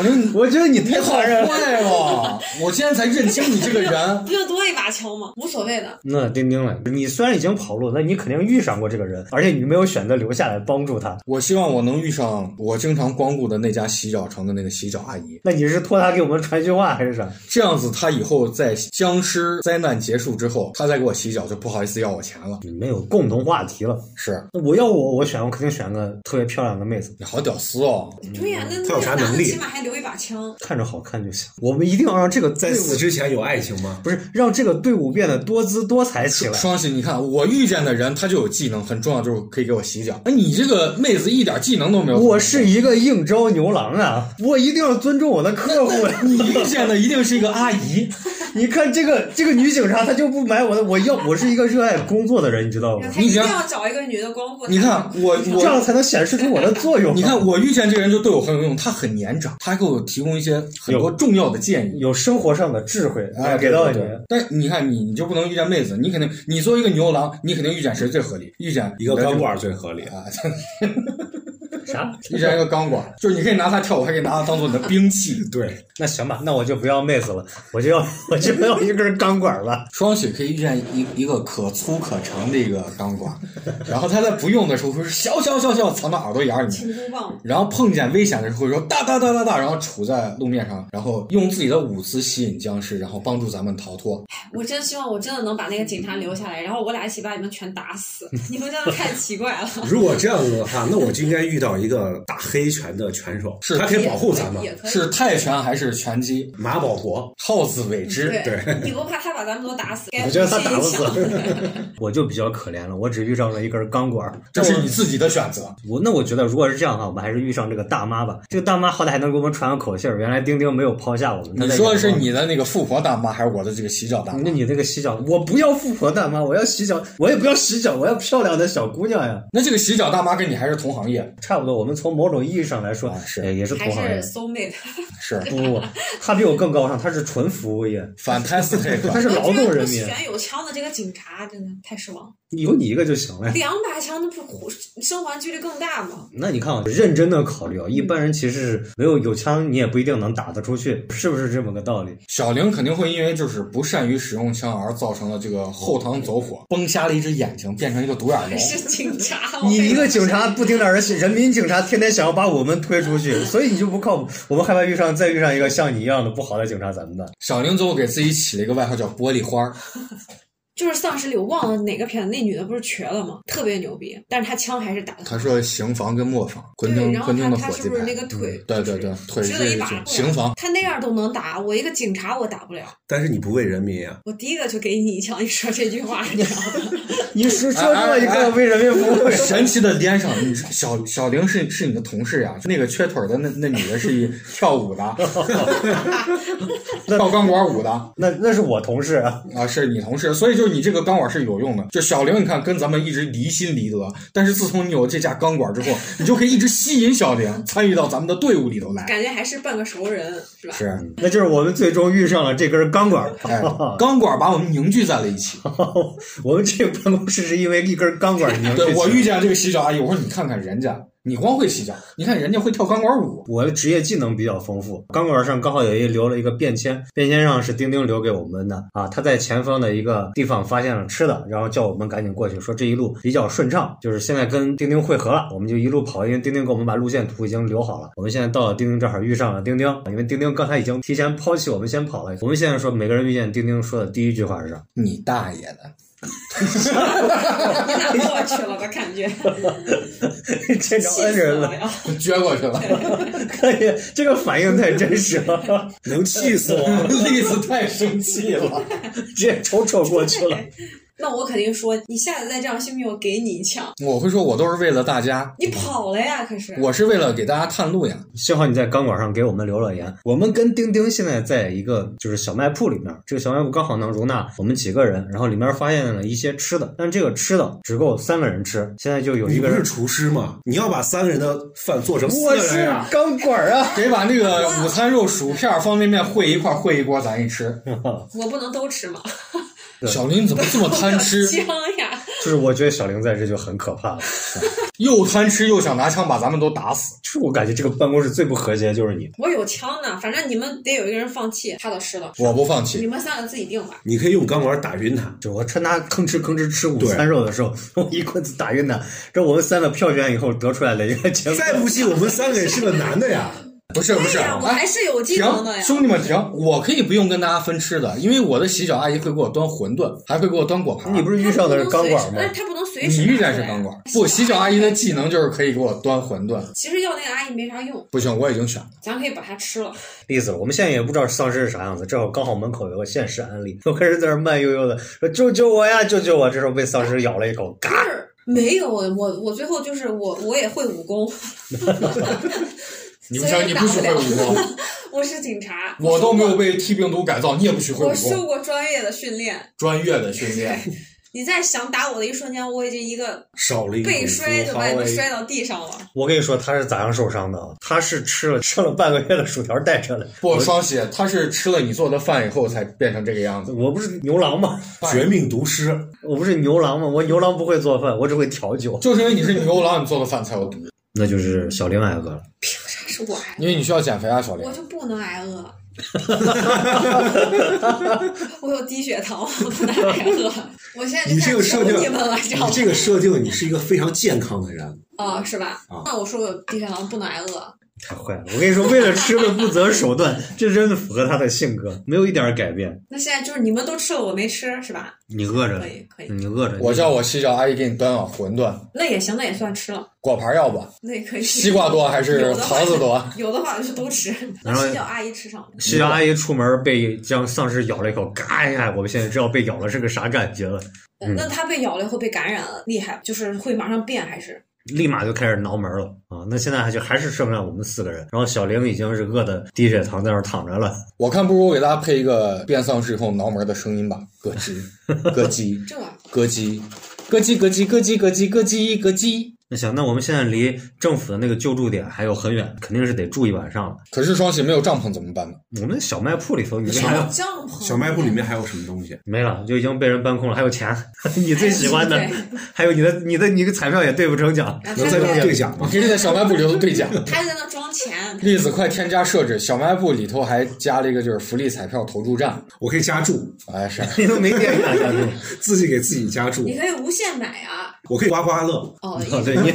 B: 玲，
A: 我觉得你
B: 你
A: 太
B: 好
A: 残忍了。
B: 坏哦！我今天才认清你这个人。
D: 不就多一把枪吗？无所谓的。
A: 那丁丁了，你虽然已经跑路，但你肯定遇上过这个人，而且你没有选择留下来帮助他。
B: 我希望我能遇上我经常光顾的那家洗脚城的那个洗脚阿姨。
A: 那你是托他给我们传句话还是啥？
B: 这样子，他以后在僵尸灾难结束之后，他再给我洗脚，就不好意思要我钱了。
A: 你没有共同话题了。
B: 是
A: 那我要我，我选我肯定选个特别漂亮的妹子，
B: 你好屌丝哦！
D: 对呀、那
C: 嗯他有啥
D: 那男
C: 能
D: 的
C: 力哦
D: 起码还留一把枪。
A: 看着好看就行。我们一定要让这个队
C: 在死
A: 伍
C: 之前有爱情吗？
A: 不是让这个队伍变得多姿多彩起来。
B: 双喜，你看我遇见的人，他就有技能，很重要，就是可以给我洗脚。哎，你这个妹子一点技能都没有。
A: 我是一个应招牛郎啊， 我一定要尊重我的客户。
B: 你遇见的一定是一个阿姨，
A: 你看这个这个女警察，她就不买我的，我要我是一个热爱工作的人，你知道吗？
D: 他
B: 你
D: 一定
B: 想
D: 要找一个女的光顾他。
B: 你看我
A: 这样
B: 我。
A: 才能显示出我的作用。啊
B: 你看，我遇见这个人就对我很有用，他很年长，他还给我提供一些很多重要的建议。
A: 有生活上的智慧，啊
B: 哎，
A: 给到你
B: 对。对对但是你看你，你就不能遇见妹子，你肯定，你作为一个牛郎，你肯定遇见谁最合理？遇见
C: 一个钢
B: 管。
C: 管最合理。
B: 啊，
A: 啥？
B: 遇见一个钢管，就是你可以拿它跳舞，还可以拿它当做你的兵器。
C: 对，
A: 那行吧，那我就不要妹子了，我就要 我就要一根钢管吧。
B: 双喜可以遇见一一个可粗可长的一个钢管，然后他在不用的时候会说小小小小藏到耳朵眼里面，
D: 擒毒棒，
B: 然后碰见危险的时候会说大大大大大，然后杵在路面上，然后用自己的舞姿吸引僵尸，然后帮助咱们逃脱。
D: 我真希望我真的能把那个警察留下来，然后我俩一起把你们全打死。你们真的太奇怪了。
C: 如果这样子的话，那我就应该遇到一个打黑拳的拳手，
B: 是
C: 他可以保护咱们。
D: 也可以。
B: 是泰拳还是拳击？
C: 马保国，
B: 好自为之。
D: 对，你不怕他把咱们都打死？
A: 我觉得他打不死，我就比较可怜了，我只遇上了一根钢管儿。
B: 这是你自己的选择。
A: 我那我觉得，如果是这样的话，我们还是遇上这个大妈吧。这个大妈好歹还能给我们传个口信儿。原来丁丁没有抛下我们。她
B: 你
A: 在
B: 说的
A: 远
B: 是
A: 方？
B: 你的那个富婆大妈，还是我的这个洗脚大妈？
A: 啊那你那个洗脚，我不要富婆大妈，我要洗脚，我也不要洗脚，我要漂亮的小姑娘呀。
B: 那这个洗脚大妈跟你还是同行业，
A: 差不多，我们从某种意义上来说，
B: 啊是
A: 哎也是
D: 还
A: 同行业
D: 是。soul mate？
B: 是
A: 不不不，她比我更高尚，她是纯服务业，她
B: fantastic。
A: 是劳动人民，
D: 选有枪的这个警察真的太失望了，
A: 有你一个就行了。
D: 两把枪那不活生还几率更大吗？
A: 那你看啊，认真的考虑啊，一般人其实是没有有枪，你也不一定能打得出去，是不是这么个道理？
B: 小玲肯定会因为就是不善于使用枪而造成了这个后膛走火，崩瞎了一只眼睛，变成一个独眼龙。
D: 嗯 是 警察，
A: 哦你
D: 哦我被
A: 一个警察
D: 我
A: 不听点人信，人民警察天天想要把我们推出去，所以你就不靠谱。我们害怕遇上再遇上一个像你一样的不好的警察，咱们的
B: 小玲最后给自己起了一个外号叫“玻璃花儿
D: 就是丧尸里我忘了哪个片子，那女的不是瘸了吗？特别牛逼，但是她枪还是打”。
B: 他
D: 的。
B: 说：“刑房跟磨坊，昆
D: 对，
B: 汀
D: 然后
B: 昆汀
D: 她
B: 的
D: 她
B: 伙
D: 是
B: 计
D: 不是
B: 派
D: 那。个腿？
B: 对对对，腿
D: 支了一
B: 是
D: 把啊过来
B: 刑房，
D: 她那样都能打，我一个警察我打不了。
C: 但是你不为人民啊！
D: 我第一个就给你一枪，你说这句话，你知 道吗？
A: 你是说这么一
B: 哎哎哎
A: 个为人民服务的人，
B: 神奇的连上，你小小玲是是你的同事呀、那个瘸腿的那那女的是一跳舞 的， 跳钢管舞的
A: 那那是我同事啊，
B: 啊，是你同事，所以就是你这个钢管是有用的。就小玲，你看跟咱们一直离心离德，但是自从你有这架钢管之后，你就可以一直吸引小玲参与到咱们的队伍里头来。
D: 感觉还是半个熟人，是吧？
B: 是，
A: 那就是我们最终遇上了这根钢管儿。
B: 哎，钢管把我们凝聚在了一起。
A: 我们这个办公室是因为一根钢管儿凝聚
B: 对
A: 起
B: 我
A: 来
B: 遇见这个洗脚阿姨，我说你看看人家，你光会洗脚，你看人家会跳钢管舞，
A: 我的职业技能比较丰富，钢管上刚好有一留了一个便签，便签上是丁丁留给我们的啊。他在前方的一个地方发现了吃的，然后叫我们赶紧过去，说这一路比较顺畅，就是现在跟丁丁汇合了，我们就一路跑，因为丁丁给我们把路线图已经留好了。我们现在到了丁丁这儿，遇上了丁丁，因为丁丁刚才已经提前抛弃我们，先跑了。我们现在说，每个人遇见丁丁说的第一句话是啥？
B: 你大爷的！
D: 你俩过去了吧？感觉
A: 见着
D: 气
A: 恩
D: 死
A: 人
D: 了
A: 了，
D: 呀！
B: 撅过去了，
A: 可以，这个反应太真实了，
C: 能气 死我！啊
B: 栗子太生气了。
A: 直接丑丑过去了。
D: 那我肯定说，你下次再这样，信不信我给你一枪？
B: 我会说，我都是为了大家，
D: 你跑了呀！可是
B: 我是为了给大家探路呀。
A: 幸好你在钢管上给我们留了言。我们跟丁丁现在在一个就是小卖铺里面，这个小卖铺刚好能容纳我们几个人，然后里面发现了一些吃的，但这个吃的只够三个人吃。现在就有一
C: 你
A: 个
C: 不是
A: 人，
C: 厨师吗？你要把三个人的饭做成四
A: 我
C: 个人
A: 是
C: 呀、
A: 钢管啊，
B: 得把那个午餐肉、薯片、方便面烩一块，烩一锅，咱一吃。
D: 我不能都吃嘛，？
A: 对
B: 小林你怎么这么贪吃
D: 枪呀！
A: 就是我觉得小玲在这就很可怕了。
B: 又贪吃又想拿枪把咱们都打死。
A: 就是我感觉这个办公室最不和谐的就是你，
D: 我有枪呢，反正你们得有一个人放弃，他倒吃了，
B: 我不放
D: 你
B: 弃，
D: 们三个自己定吧。
C: 你可以用钢管打晕他。
A: 就是我趁他吭哧吭哧吃午餐肉的时候，我一棍子打晕他。这我们三个票选以后得出来的一个结果。
C: 再不济，我们三个也是个男 的呀。
B: 不 是不是，
D: 对呀，我还
B: 哎，
D: 是有技
B: 停
D: 能的，呀。
B: 兄弟们停，我可以不用跟大家分吃的，因为我的洗脚阿姨会给我端馄饨，还会给我端果盘。
A: 你不是遇上的是钢管吗
D: 但？是他不能随
B: 你
D: 时拿出来。
B: 遇见是钢管，不，洗脚阿姨的技能就是可以给我端馄饨。
D: 其实要那个阿姨没啥用，
B: 不行，我已经选了。
D: 咱可以把它吃了。
A: 意思了。我们现在也不知道丧尸是啥样子，正好刚好门口有个现实案例，我开始在那儿慢悠悠的说救救我呀，救救我！这时候被丧尸咬了一口，嘎
D: 不！是没有我，我最后就是我我也会武功，
B: 你
D: 不行你不许会武
B: 功，
D: 我是警察，
B: 我都没有被 T 病毒改造，你也不许会
D: 我
B: 武功。
D: 受过专业的训练。
B: 专业的训 练，
D: 你在想打我的一瞬间，我已经一个
C: 少了一个
D: 背摔就
C: 服
D: 把
C: 毫
D: 你们
C: 微
D: 摔到地上了。
A: 我跟你说他是咋样受伤的啊？他是吃了吃了半个月的薯条带着的。
B: 不双喜，他是吃了你做的饭以后才变成这个样子。
A: 我不是牛郎吗？
C: 绝命 毒师，
A: 我不是牛郎吗？我牛郎不会做饭，我只会调酒。
B: 就是因为你是牛郎，你做的饭才有毒，
A: 那就是小林挨饿了。
D: 啥是我挨
B: 因为你需要减肥啊，小林
D: 我。就不能挨饿。 我有低血糖，我不能挨饿。我现在
C: 你这
D: 就
C: 个
D: 在
C: 设
D: 求
C: 定，
D: 你们来着
C: 你这个设定，你是一个非常健康的人。
D: 啊、是吧？
C: 啊
D: 那我说我低血糖不能挨饿，
A: 太坏了！我跟你说，为了吃的不择手段，这真的符合他的性格，没有一点儿改变。
D: 那现在就是你们都吃了，我没吃是吧？
A: 你饿着
D: 可，以可以，
A: 你饿着，
B: 我叫我西叫阿姨给你端碗馄饨，
D: 那也行，那也算吃了，
B: 果盘要不？
D: 那也可以。
B: 西瓜多还是
D: 有的话
B: 桃子多？
D: 有的话就是都吃，
A: 然后
D: 那叫阿姨吃上了。
A: 西郊阿姨出门被将丧尸咬了一口，嘎一下，我们现在知道被咬了是个啥感觉了，嗯
D: 那它被咬了以后被感染了，厉害，就是会马上变还是？
A: 立马就开始挠门了啊！那现在还就还是剩下我们四个人，然后小玲已经是饿的低血糖在那儿躺着了，
B: 我看不如我给大家配一个变丧尸以后挠门的声音吧，咯吱，咯叽，
D: 这个
B: 咯叽，咯叽咯叽咯叽咯叽咯叽咯叽。
A: 那行，那我们现在离政府的那个救助点还有很远，肯定是得住一晚上了。
B: 可是双喜没有帐篷怎么办呢？
A: 我们小卖铺里头已经
C: 小卖
D: 帐篷，
C: 小卖部里面还有什么东西？
A: 没了，就已经被人搬空了，还有钱， 你最喜欢的
D: 对，
A: 还有你的你的你的彩票也兑不成 奖，
D: 然后
C: 能
D: 他就
C: 在这儿
D: 在
C: 兑奖
B: 你
C: 吗？
B: 可以在小卖部里头兑奖。
D: 他就在那装钱，
B: 栗子快添加设置，小卖部里头还加了一个就是福利彩票投注站。
C: 我可以加注，
B: 哎，是
A: 你都没啊建议大家住。
C: 自己给自己加注
D: 你，可以无限买啊。
C: 我可以刮刮乐，
D: 哦，
A: 哦，对你，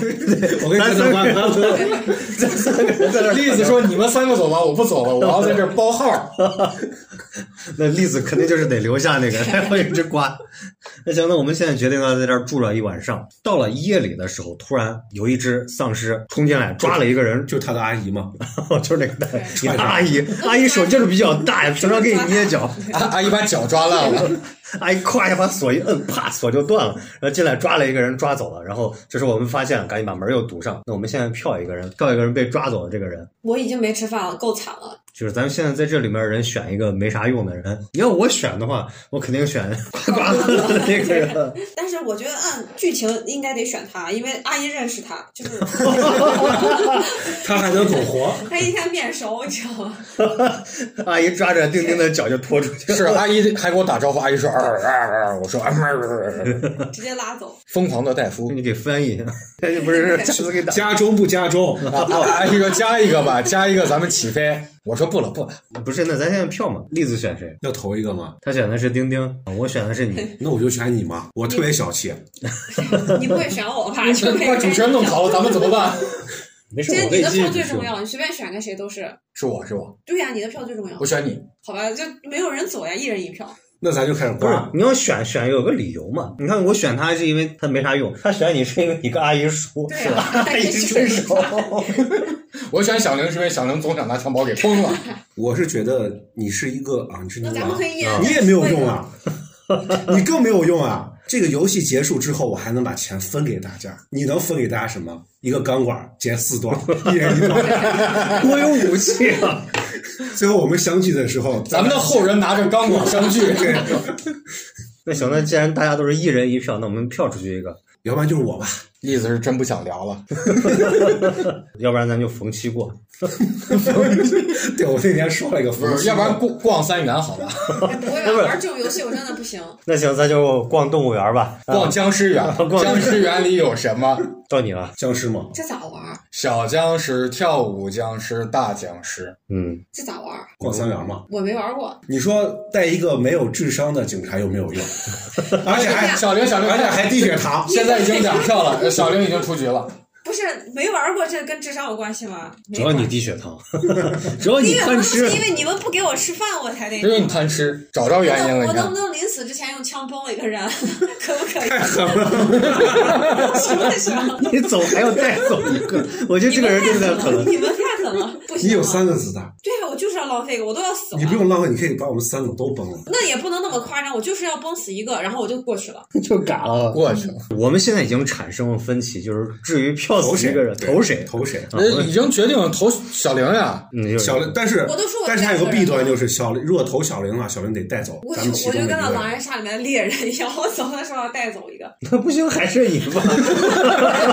C: 我可以在那刮刮乐。
A: 咱三个人在那儿
B: 栗子说：“你们三个走吧，我不走了，我要在这儿包号。
A: 那栗子肯定就是得留下那个，还有一只瓜。那行，那我们现在决定要在这儿住了一晚上。到了夜里的时候，突然有一只丧尸冲进来，抓了一个人，
C: 就是他的阿姨嘛，
A: 就是那个大爷
C: 踹他
A: 阿姨，阿姨手劲儿比较大，平常给你捏脚，
B: 啊”阿姨把脚抓烂了，
A: 阿姨咵一下把锁一摁，啪锁就断了。然后进来抓了一个人，抓走了。然后这时候我们发现，赶紧把门又堵上。那我们现在票一个人，票一个人被抓走的这个人。
D: 我已经没吃饭了，够惨了。
A: 就是咱们现在在这里面人选一个没啥用的人，你要我选的话，我肯定选 刮刮乐的那个人。
D: 但是我觉得按剧情应该得选他，因为阿姨认识他，就是
C: 他还能苟活。
D: 他一天面熟，你知道吗？
A: 阿姨抓着丁丁的脚就拖出去了。
B: 是阿姨还给我打招呼，阿姨说：“啊啊啊！”我说：“啊啊啊啊！”
D: 直接拉走。
B: 疯狂的戴夫。
C: 嗯
A: 你给翻译一下，不是狮子给打，
C: 家中不家中，
B: 啊阿姨说：“加一个吧，加一个，咱们起飞。”我说：“不了，不了。
A: 不是？那咱现在票嘛，栗子选谁？
C: 要投一个吗？
A: 他选的是丁丁，我选的是 你。
C: 那我就选你嘛，我特别小气。
D: 你不会选我吧？就被
B: 把主持人弄跑了，咱们怎么办
A: 没事
D: 其实你的票最
A: 说
D: 重要，你随便选个谁都是。？”
B: 是我是我，
D: 对呀、你的票最重要
B: 我。选你。
D: 好吧，就没有人走呀，一人一票。
C: 那咱就开始
A: 不是
C: 刮，
A: 你要选选有个理由嘛？你看我选他是因为他没啥用，他选你是因为你跟阿姨熟，
D: 对啊呀、
A: 阿姨真熟。
B: 我选小玲是因为小玲总想拿枪宝给崩了。
C: 我是觉得你是一个啊，你是牛
D: 那咱们
C: 郎
D: 可，以一人
C: 你也没有 用啊，你更没有用啊。这个游戏结束之后，我还能把钱分给大家。你能分给大家什么？一个钢管截四段， 一人一段。
A: 我有武器啊！
C: 最后我们相聚的时候，
B: 咱们的后人拿着钢管相聚，
C: 对，
A: 那行，那既然大家都是一人一票，那我们票出去一个，
C: 要不然就是我吧。
B: 栗子是真不想聊了。
A: 要不然咱就逢七过。
C: 对，我那天说了一个
B: 不
C: 分，
B: 是，要不然逛逛三元好吧，
D: 我呀，啊玩这种游戏我真的不行。
A: 那行，咱就逛动物园吧。
C: 嗯
A: 啊
B: 逛僵尸园。
A: 逛
B: 僵 尸园里有什么？
A: 到你了，
C: 僵尸嘛，
D: 这咋玩？
B: 小僵尸、跳舞僵尸、大僵尸。
A: 嗯。
D: 这咋玩？
C: 逛三元嘛。
D: 我没玩过。
C: 你说带一个没有智商的警察有没有 用？而且还
B: 小玲，小玲，
C: 而且还低血糖。
B: 现在已经两票了，小玲已经出局了。
D: 不是没玩过，这跟智商有关系吗？
A: 只要你低血糖， 只要你贪吃
D: 是，因为你们不给我吃饭，我才得。
B: 因为你贪吃，找着原因了。
D: 我
B: 你
D: 能
B: 看
D: 不，能临死之前用枪崩一个人？可不可以？ 行不行？
A: 你走还要带走一个， 我觉得这个人真的很狠。
D: 啊你们太狠了，不行！啊
C: 你有三个子弹，
D: 对啊呀，我就是要浪费一个，我都要死了。
C: 你不用浪费，你可以把我们三个都崩了。
D: 那也不能那么夸张，我就是要崩死一个，然后我就过去了。
A: 就嘎了。
B: 过去了，
A: 我们现在已经产生了分歧，就是至于票
C: 投
A: 死
C: 谁？
A: 一个人
C: 对
A: 投谁，
C: 投谁？
A: 啊我
B: 呃已经决定了投小玲 呀。
A: 你就
C: 小玲，但是
D: 我都说我
C: 但是还有个
D: 带走人
C: 弊端就是小玲，如果投小玲的话，小玲得带走
D: 我
C: 咱
D: 就
C: 们其
D: 我
C: 中
D: 就
C: 的一
D: 跟
C: 个
D: 那狼
C: 人。
D: 人杀里面的猎人一样，我走的时候要带走一个。
A: 那不行，还是你 吧。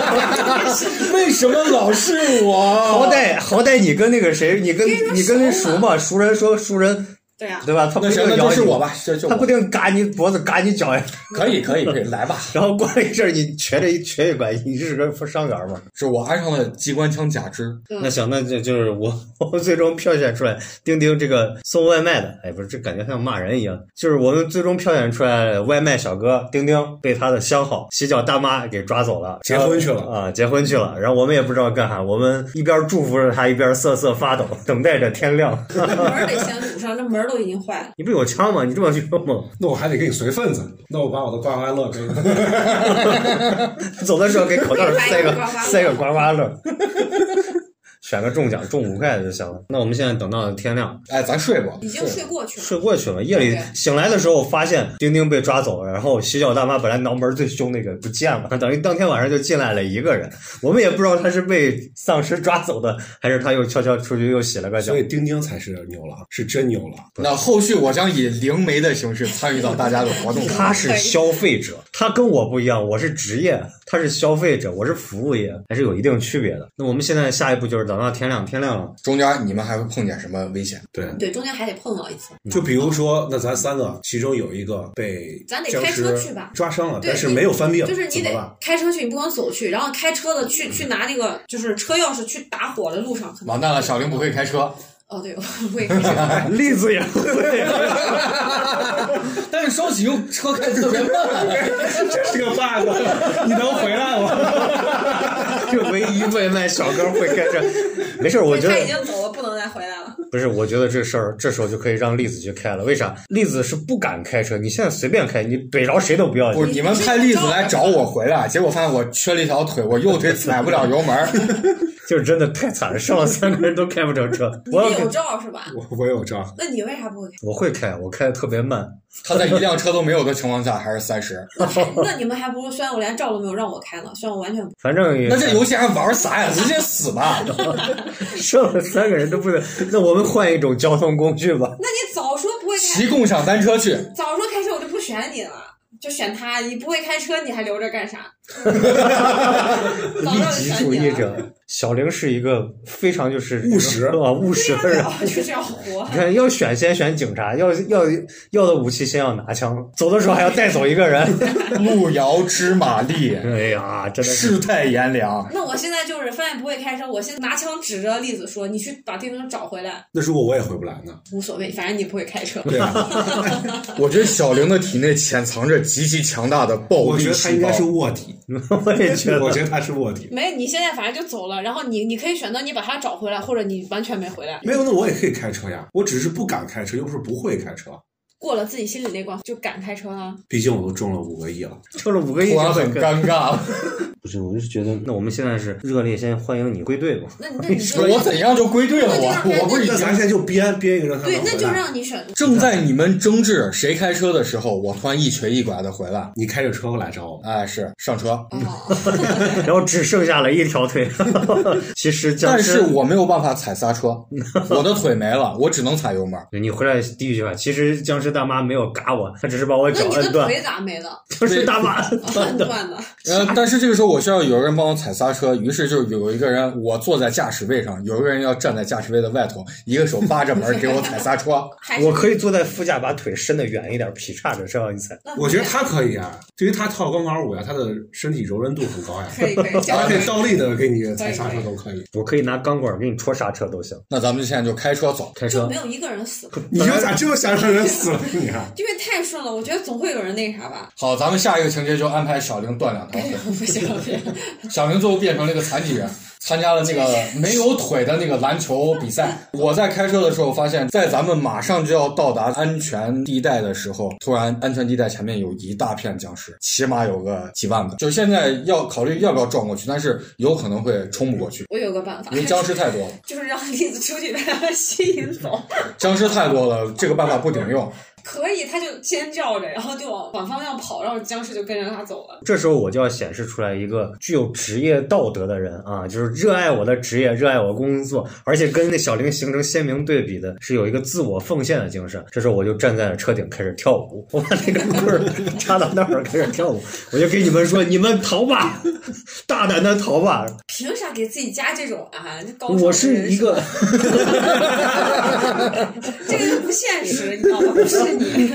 B: 为什么老是我？
A: 好歹好歹你跟那个谁，你跟
D: 跟人
A: 你跟那
D: 熟
A: 熟嘛，熟人说熟人
D: 对啊 呀、
A: 对吧？他不
B: 那
A: 一定
B: 行，那
A: 咬
B: 就是
A: 你
B: 我，吧，这就
A: 他
B: 我
A: 不定嘎你脖子，嘎你脚呀，
B: 可以，可以，可以，来吧。
A: 然后过了一阵儿你瘸着一瘸一拐，你是个伤员嘛？
B: 是我安上了机关枪假肢，
D: 嗯
A: 那行，那就就是我，我最终票选出来，丁丁这个送外卖的，哎，不是，这感觉像骂人一样。就是我们最终票选出来，外卖小哥丁丁被他的相好洗脚大妈给抓走了，
C: 结婚去了
A: 然后啊，结婚去了。然后我们也不知道干啥，我们一边祝福着他，一边瑟瑟发抖，等待着天亮。
D: 那门儿得先堵上，那门儿都已经坏了。
A: 你不有枪吗？你这么用吗？
C: 那我还得给你随份子，那我把我的刮刮 乐给你。
A: 走的时候给口袋儿 塞
D: 买一个刮
A: 个塞个刮
D: 刮乐
A: 刮乐， 选个中奖中五块就行了。那我们现在等到天亮，
B: 哎，咱睡吧，
D: 已经睡过去了，
A: 睡过去了。夜里
D: 对。
A: 醒来的时候，发现丁丁被抓走了，然后洗脚大妈本来挠门最凶那个不见了，等于当天晚上就进来了一个人。我们也不知道他是被丧尸抓走的，还是他又悄悄出去又洗了个脚
C: 所。以丁丁才是牛郎，是真牛郎。
B: 那后续我将以灵媒的形式参与到大家的活动
A: 他是消费者，他跟我不一样，我是职业，他是消费者，我是服务业，还是有一定区别的。那我们现在下一步就是等到天亮，天亮了，
B: 中间你们还会碰见什么危险？
C: 对，
D: 对，中间还得碰到一次。
C: 就比如说，那咱三个其中有一个被
D: 咱得
C: 僵
D: 开车
C: 尸
D: 去吧
C: 抓伤了，
D: 对
C: 但是
D: 你
C: 没有翻病，
D: 就是你
C: 怎么办
D: 得？开车去，你不能走去，然后开车的去去拿那个就是车钥匙去打火的路上可能。
B: 完蛋了，小玲不会开车，
D: 哦，对，我不 会开车。
A: 栗子也会。
B: 但是双喜又车开特别慢。
C: 这是个 bug，你能回来吗？
A: 这唯一外卖小哥会开车，没事儿，我觉
D: 他已
A: 得
D: 经走了，不能再回来了。
A: 不是，我觉得这事儿这时候就可以让栗子去开了。为啥？栗子是不敢开车，你现在随便开，你逮着谁都不要
B: 不
A: 紧。
B: 是，你们派栗子来找我回来，结果发现我缺了一条腿，我右腿踩不了油门。
A: 就是真的太惨了，上了三个人都开不成 车。
D: 你
A: 我要
D: 有
A: 给
D: 照是吧？
C: 我我有照，
D: 那你为啥不会开？
A: 我会开，我开的特别慢。
B: 他在一辆车都没有的情况下还是三十，
D: 那还那你们还不如，虽然我连照都没有让我开呢，虽然我完全不
A: 反正也
B: 那 这游戏还玩啥呀？直接死吧！
A: 上了三个人都不能。那我们换一种交通工具吧。
D: 那你早说不会开啊
B: 骑，共享单车去。
D: 早说开车我就不选你了，就选他。你不会开车，你还留着干啥？早
A: 一
D: 让我
A: 级
D: 选
A: 主
D: 你
A: 义
D: 了。
A: 者，小玲是一个非常就是
C: 务 实
A: 啊，务实的人。
D: 我哦就这样活
A: 你。看，要选先选警察，要要要的武器先要拿枪，走的时候还要带走一个人。
B: 路遥知马力，
A: 哎呀，真的是
B: 世态炎凉。
D: 那我现在就是发现不会开车，我先拿枪指着栗子说：“你去把电瓶找回来，
C: 那如果我也回不来呢？
D: 无所谓，反正你不会开车。
C: 对啊，
B: 我觉得小玲的体内潜藏着极其强大的暴
C: 我
B: 力
C: 觉得他
B: 细
C: 应
B: 胞
C: 该。是卧底，
A: 我也 觉
C: 我
A: 得。
C: 觉得他是卧底。
D: 没，你现在反正就走了，然后你你可以选择你把它找回来，或者你完全没回来，
C: 没有，那我也可以开车呀，我只是不敢开车，又不是不会开车。
D: 过了自己心里那关就敢开车啊了。
C: 毕竟我都中了五个亿了，
A: 抽了五个亿
B: 突然
A: 就
B: 很
A: 干。
B: 尴尬，
A: 不是，我就是觉得，那我们现在是热烈先欢迎你归队吧。
D: 那那你就
B: 我怎样就归队了？
D: 那
B: 我
D: 就
B: 我不是已
C: 那咱
B: 经
C: 现在就编编一个让他们
D: 对，那
C: 回
D: 就
C: 来
D: 让你选。
B: 正在你们争执谁开车的时候，我突然一瘸一拐的回来。
C: 你开着车过来找我。
B: 哎，是上车，
D: 哦，
A: 然后只剩下了一条腿。 其实僵
B: 但是
A: 尸，
B: 我没有办法踩刹车，我的腿没了，我只能踩油门。
A: 你回来第一句话，其实僵尸大妈没有嘎我，她只是把我
D: 那
A: 脚
D: 你
A: 摁
D: 的
A: 断。
D: 腿咋没了？
A: 僵尸大妈摁断
D: 断
A: 的，
D: 断的。
B: 呃，但是这个时候我需要有人帮我踩刹车，于是就有一个人，我坐在驾驶位上，有一个人要站在驾驶位的外头，一个手扒着门给我踩刹车。
D: 还
A: 我
D: 以。
A: 可以坐在副驾，把腿伸得远一点，劈叉着这样一踩。
D: 那不
C: 我觉得
D: 对
C: 他可以啊，对于他跳钢管舞呀、他的身体柔韧度很高呀，
D: 可以可以，
C: 他
D: 加
C: 可以
D: 油
C: 倒立的给你踩刹车都可以。
A: 我可以拿钢管给你戳刹车都行。
B: 那咱们就现在就开车走。
A: 开
D: 就
A: 车
D: 没，有一个人死，
C: 你就咋这么想让人死了你啊？
D: 因为太顺了，我觉得总会有人那啥吧。
B: 好，咱们下一个情节就安排小玲断两条
D: 哎
B: 腿
D: 呀，。不行不行，
B: 小明最后变成了一个残疾人，参加了那个没有腿的那个篮球比赛。我在开车的时候发现，在咱们马上就要到达安全地带的时候，突然安全地带前面有一大片僵尸，起码有个几万个。就是现在要考虑要不要撞过去，但是有可能会冲不过去，
D: 我有个办法
B: 因，为僵尸太多了，
D: 就是让栗子出去把他吸引走。
B: 僵尸太多了，这个办法不顶用。
D: 可以，他就尖叫着，然后就往反方向跑，然后僵尸就跟着他走了。
A: 这时候我就要显示出来一个具有职业道德的人啊，就是热爱我的职业，热爱我工作，而且跟那小玲形成鲜明对比的是有一个自我奉献的精神。这时候我就站在了车顶开始跳舞，我把那个棍儿插到那儿开始跳舞，我就给你们说，你们逃吧，大胆的逃吧，
D: 凭啥给自己加这种啊？这高超的
A: 我是
D: 人
A: 一个。
D: 设，这个就不现实，你知道吗？不是你，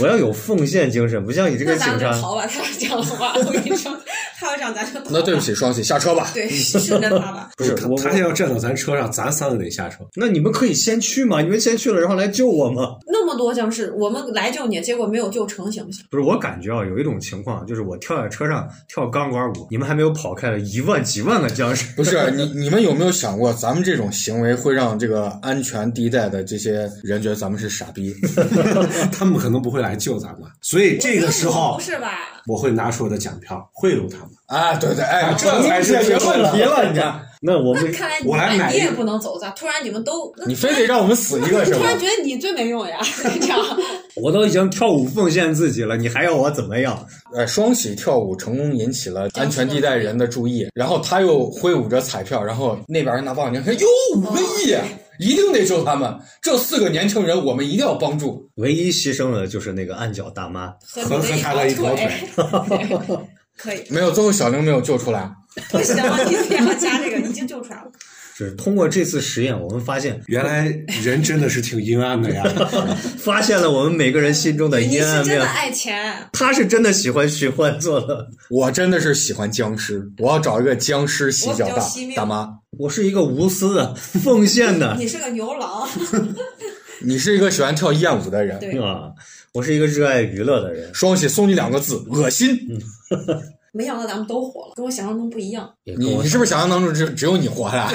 A: 我要有奉献精神，不像你这个
D: 那
A: 警
D: 咱们就
A: 察。
D: 逃吧。他要这样的话，我跟你说，他要这样咱就逃吧。
B: 那对不起，双喜，下车吧。
D: 对，是的，爸爸。
A: 不是
C: 他
A: 我，
C: 他要站到咱车上，咱三个得下车。
A: 那你们可以先去嘛，你们先去了，然后来救我嘛。
D: 那么多僵尸，我们来救你，结果没有救成，行不行？
A: 不是，我感觉啊，有一种情况，就是我跳在车上跳钢管舞，你们还没有跑开了，一万几万个僵 尸。
B: 不是你，你们有没有想过，咱们这种行为会让这个安全地带的这些人觉得咱们是傻逼？
C: 他们可能不会来救咱们，所以这个时
D: 我
C: 候
D: 不是吧？
C: 我会拿出我的奖票贿赂他们。
B: 啊，对对，哎，这才
C: 才
B: 是
C: 是
B: 解
C: 解
B: 决
C: 决
B: 问
C: 问
B: 题
C: 题
B: 了，你看，
A: 那我
D: 那
A: 们
D: 看来
C: 我来买
D: 你
C: 一个
D: 也不能走咋？突然你们都，
B: 你非得让我们死一个是
D: 突
B: 吧？
D: 然觉得你最没用呀，这样。
A: 我都已经跳舞奉献自己了，你还要我怎么样？
B: 呃，双喜跳舞成功引起了安全地带人的注意，然后他又挥舞着彩票，然后那边人拿望远镜看，哟，五个亿，啊一定得救他们！这四个年轻人，我们一定要帮助。
A: 唯一牺牲的就是那个按脚大妈。
D: 和
C: 和和他的一条
D: 腿，可以，
B: 没有，最后小玲没有救出来。
D: 不行，你也要加这个，已经救出来了。
A: 就是通过这次实验，我们发现
C: 原来人真的是挺阴暗的呀。
A: 发现了我们每个人心中的
D: 你
A: 阴
D: 是
A: 暗
D: 真
A: 面
D: 的。爱钱，
A: 他是真的喜欢徐焕做的，
B: 我真的是喜欢僵尸，我要找一个僵尸洗脚
D: 我比较
B: 大
D: 惜命
B: 大妈。
A: 我是一个无私的、奉献的
D: 你是个牛郎，
B: 你是一个喜欢跳艳舞的人，
D: 对，
A: 啊，我是一个热爱娱乐的人。
B: 双喜送你两个字：恶心。
D: 没想到咱们都火了，跟我想象中不一样。
A: 也跟
B: 你
A: 我
B: 你是不是想象当中只只有你活 了？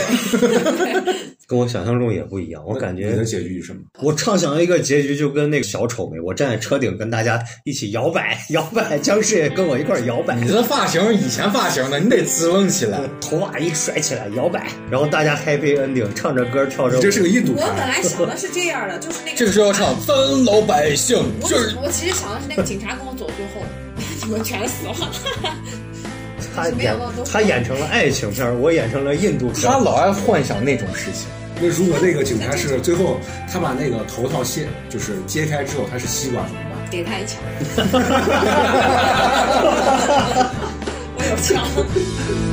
A: 跟我想象中也不一样，我感
C: 你的
A: 觉
C: 结局是什么？
A: 我畅想了一个结局，就跟那个小丑没，我站在车顶跟大家一起摇摆，摇摆，僵尸也跟我一块儿摇摆
B: 你，的发型是以前发型的，你得滋楞起来。
A: 头发一甩起来摇摆，然后大家 happy ending，唱着歌跳着
C: 你
A: 舞。
C: 这是个印度
D: 我本
C: 派，
D: 来想的是这样的，就是那个
B: 这个时候要唱《咱老百姓》，
D: 我
B: 就是
D: 我其实想的是那个警察跟我走最后， 你们全死了。
A: 他演他演成了爱情片儿，我演成了印度片
B: 他
A: 儿。
B: 老爱幻想那种事情。
C: 那如果那个警察是最后他把那个头套卸，就是揭开之后他是西瓜怎么办？
D: 给他一枪，我有枪。